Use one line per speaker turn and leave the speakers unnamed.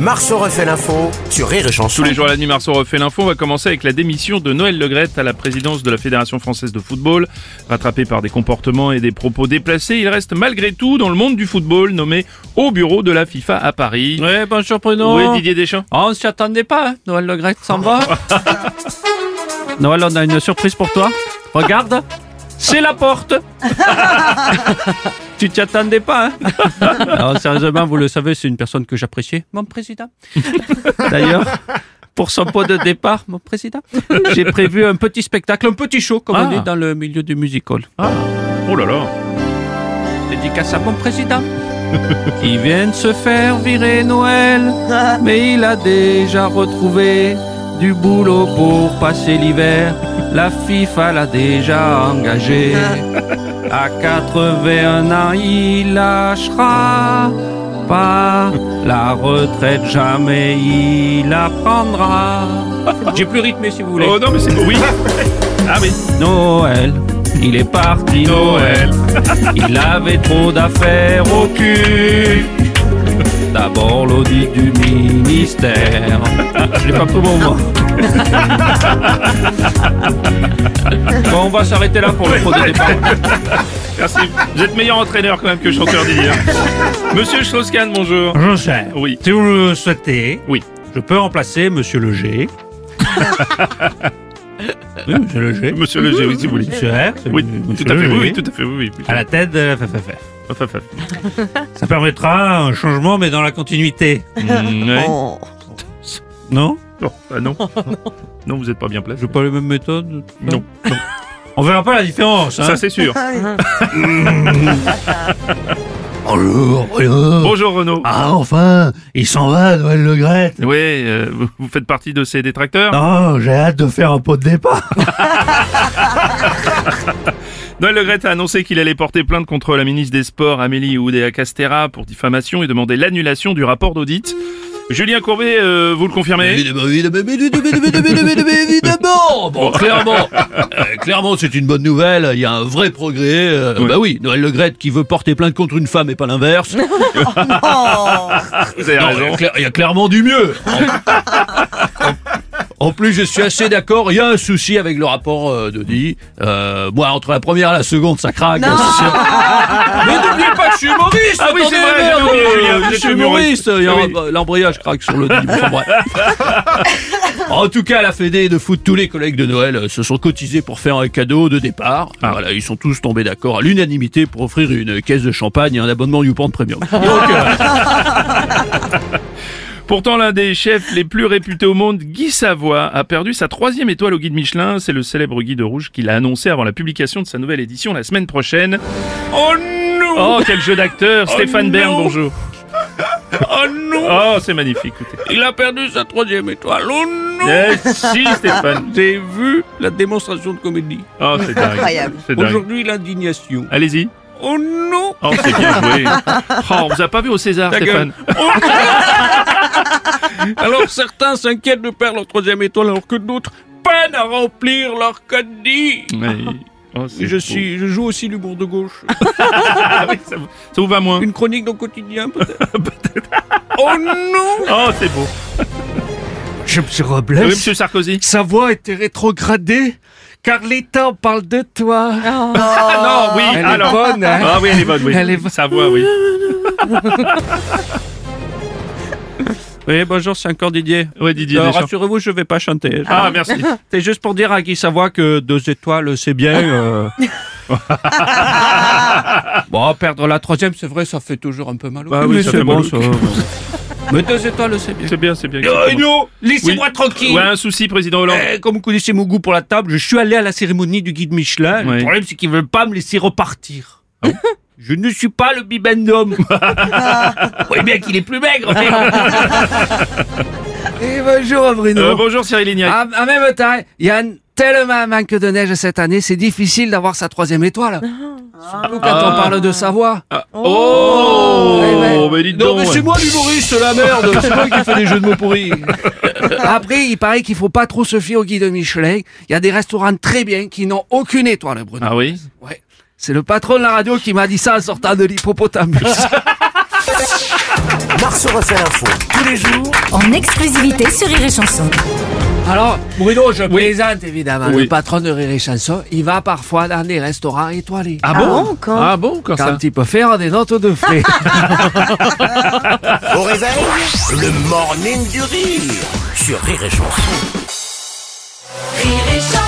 Marceau refait l'info sur Rire et Chanson.
Tous les jours à la nuit, Marceau refait l'info. On va commencer avec la démission de Noël Legrette à la présidence de la Fédération française de football. Rattrapé par des comportements et des propos déplacés, il reste malgré tout dans le monde du football, nommé au bureau de la FIFA à Paris.
Ouais, bonjour Bruno.
Où est Didier Deschamps
Ah, on s'y attendait pas, hein. Noël Le Grec s'en va. Noël, on a une surprise pour toi. Regarde, c'est la porte. tu t'y attendais pas, hein Non, sérieusement, vous le savez, c'est une personne que j'appréciais, mon président. D'ailleurs... Pour son pot de départ, mon président, j'ai prévu un petit spectacle, un petit show, comme on
Ah.
dit dans le milieu du music hall.
Ah, oh là là.
Dédicace à mon président. Il vient de se faire virer Noël, mais il a déjà retrouvé du boulot pour passer l'hiver. La FIFA l'a déjà engagé. À 81 ans, il lâchera pas la retraite, jamais il la prendra. J'ai plus rythmé si vous voulez.
Oh non, mais c'est... Oui Ah oui,
Noël, il est parti
Noël.
il avait trop d'affaires au cul. D'abord l'audit du ministère. Je l'ai pas pris bon moi. Bon, on va s'arrêter là pour le pot de départ.
Merci. Vous êtes meilleur entraîneur quand même que chanteur Didier. hein. Monsieur Schloskan, bonjour.
Bonjour, cher.
Oui.
Si vous le souhaitez,
Oui.
je peux remplacer Monsieur Leger. oui, Monsieur Leger.
Monsieur Leger, oui, si vous voulez.
Monsieur R. c'est
Oui,
Monsieur
tout à fait,
Leger,
oui, oui, tout à fait, oui, oui.
À la tête de la FFF.
Enfin, enfin, enfin.
Ça permettra un changement, mais dans la continuité.
Mm, ouais.
Oh. Non
Bon, bah non. Non, vous n'êtes pas bien placé.
Je veux pas les mêmes méthodes tout ça
Non.
On verra pas la différence, hein
Ça, c'est sûr.
Oh,
Bonjour, bonjour.
Bonjour Renaud.
Ah, enfin, il s'en va, Noël Le Graët.
Oui, euh, vous, vous faites partie de ces détracteurs.
Ah.
Oh,
Non, j'ai hâte de faire un pot de départ.
Noël Le Gret a annoncé qu'il allait porter plainte contre la ministre des Sports Amélie Oudéa-Castera pour diffamation et demander l'annulation du rapport d'audit. Julien Courbet, euh, vous le confirmez
Évidemment, évidemment, évidemment, évidemment, évidemment, évidemment. Bon, clairement, euh, clairement, c'est une bonne nouvelle. Il y a un vrai progrès. Euh, Bah oui, Noël Le Graët qui veut porter plainte contre une femme et pas l'inverse. Non,
Vous avez
il, y
raison.
a cla- il y a clairement du mieux. En en plus, je suis assez d'accord. Il y a un souci avec le rapport euh, d'audit. Euh, moi, entre la première et la seconde, ça craque. C'est-
Mais n'oubliez pas que je suis humoriste
Ah oui,
attendez,
c'est vrai,
merde,
j'avais oublié,
euh,
Julien, vous
Je
êtes
suis humoriste
humoriste. Ah
Il y a
Oui.
un- L'embrayage craque sur le lit. Enfin, bref.
En tout cas, la Fédé de foot, tous les collègues de Noël euh, se sont cotisés pour faire un cadeau de départ.
Ah.
Voilà, ils sont tous tombés d'accord à l'unanimité pour offrir une caisse de champagne et un abonnement YouPorn Premium.
Oh, Pourtant, l'un des chefs les plus réputés au monde, Guy Savoie, a perdu sa troisième étoile au guide Michelin. C'est le célèbre guide rouge qu'il a annoncé avant la publication de sa nouvelle édition la semaine prochaine.
Oh non
Oh, quel jeu d'acteur Stéphane
non.
Bern, bonjour.
Oh non
Oh, c'est magnifique, écoutez.
Il a perdu sa troisième étoile. Oh non
Eh, si, Stéphane.
J'ai vu la démonstration de comédie.
Oh, c'est dingue.
Incroyable.
C'est dingue.
Aujourd'hui, l'indignation.
Allez-y.
Oh non
Oh, c'est bien joué. Oh, on vous a pas vu au César,
Ta
Stéphane.
gueule. Oh non Alors certains s'inquiètent de perdre leur troisième étoile alors que d'autres peinent à remplir leur caddie.
Ouais. Oh, c'est
Je,
beau.
suis, je joue aussi l'humour de gauche.
Ah oui, ça, vous- ça vous va moins.
Une chronique dans quotidien peut-être Oh non
Oh, c'est beau.
Je me suis
Oui,
Robles.
monsieur Sarkozy.
Sa voix était rétrogradée, car l'État parle de toi.
Ah non, oui,
Elle est
alors.
bonne, hein.
Ah oui, elle est bonne, oui.
Elle est bonne.
Sa voix, oui.
Oui, bonjour, c'est encore Didier.
Ouais, Didier
Euh,
Deschamps.
Rassurez-vous, je vais pas chanter.
Ah, merci.
C'est juste pour dire à Guy Savoie que deux étoiles, c'est bien. euh. bon, perdre la troisième, c'est vrai, ça fait toujours un peu mal. au
Bah
cul,
oui,
mais
ça
c'est
fait
bon,
mal au
ça. mais deux étoiles, c'est bien.
C'est bien, c'est bien.
Euh,
non
Laissez-moi
tranquille
Ouais, un souci, président Hollande.
Eh,
Eh, Comme vous connaissez mon goût pour la table, je suis allé à la cérémonie du guide Michelin.
Ouais.
Le problème, c'est qu'ils veulent pas me laisser repartir.
Ah
Je ne suis pas le bibendum. oui, bien qu'il est plus maigre. mais-
Ah.
Et bonjour Bruno.
Euh, bonjour, Cyril
Ah.
Lignac.
En, en même temps, il y a un- tellement un manque de neige cette année, c'est difficile d'avoir sa troisième étoile.
Surtout quand
Ah.
on parle de Savoie.
Oh,
Eh
Ouais,
ben,
ouais.
mais dites
Non,
donc,
mais c'est
ouais.
moi l'humoriste, la merde C'est moi qui fais des jeux de mots pourris
Après, il paraît qu'il faut pas trop se fier au guide Michelin. Il y a des restaurants très bien qui n'ont aucune étoile, Bruno.
Ah oui
Ouais. C'est le patron de la radio qui m'a dit ça en sortant de l'hippopotame.
Marceau refait l'info tous les jours
En exclusivité sur Rire et Chanson.
Alors, Bruno, je plaisante évidemment.
Oui.
Le patron de Rire et Chanson, il va parfois dans des restaurants étoilés.
Ah
bon bon, quand
Ah bon, quand ça
Quand il peut faire des notes de frais.
au réveil. Le morning du rire sur Rire et Chanson.
Rire et Chanson.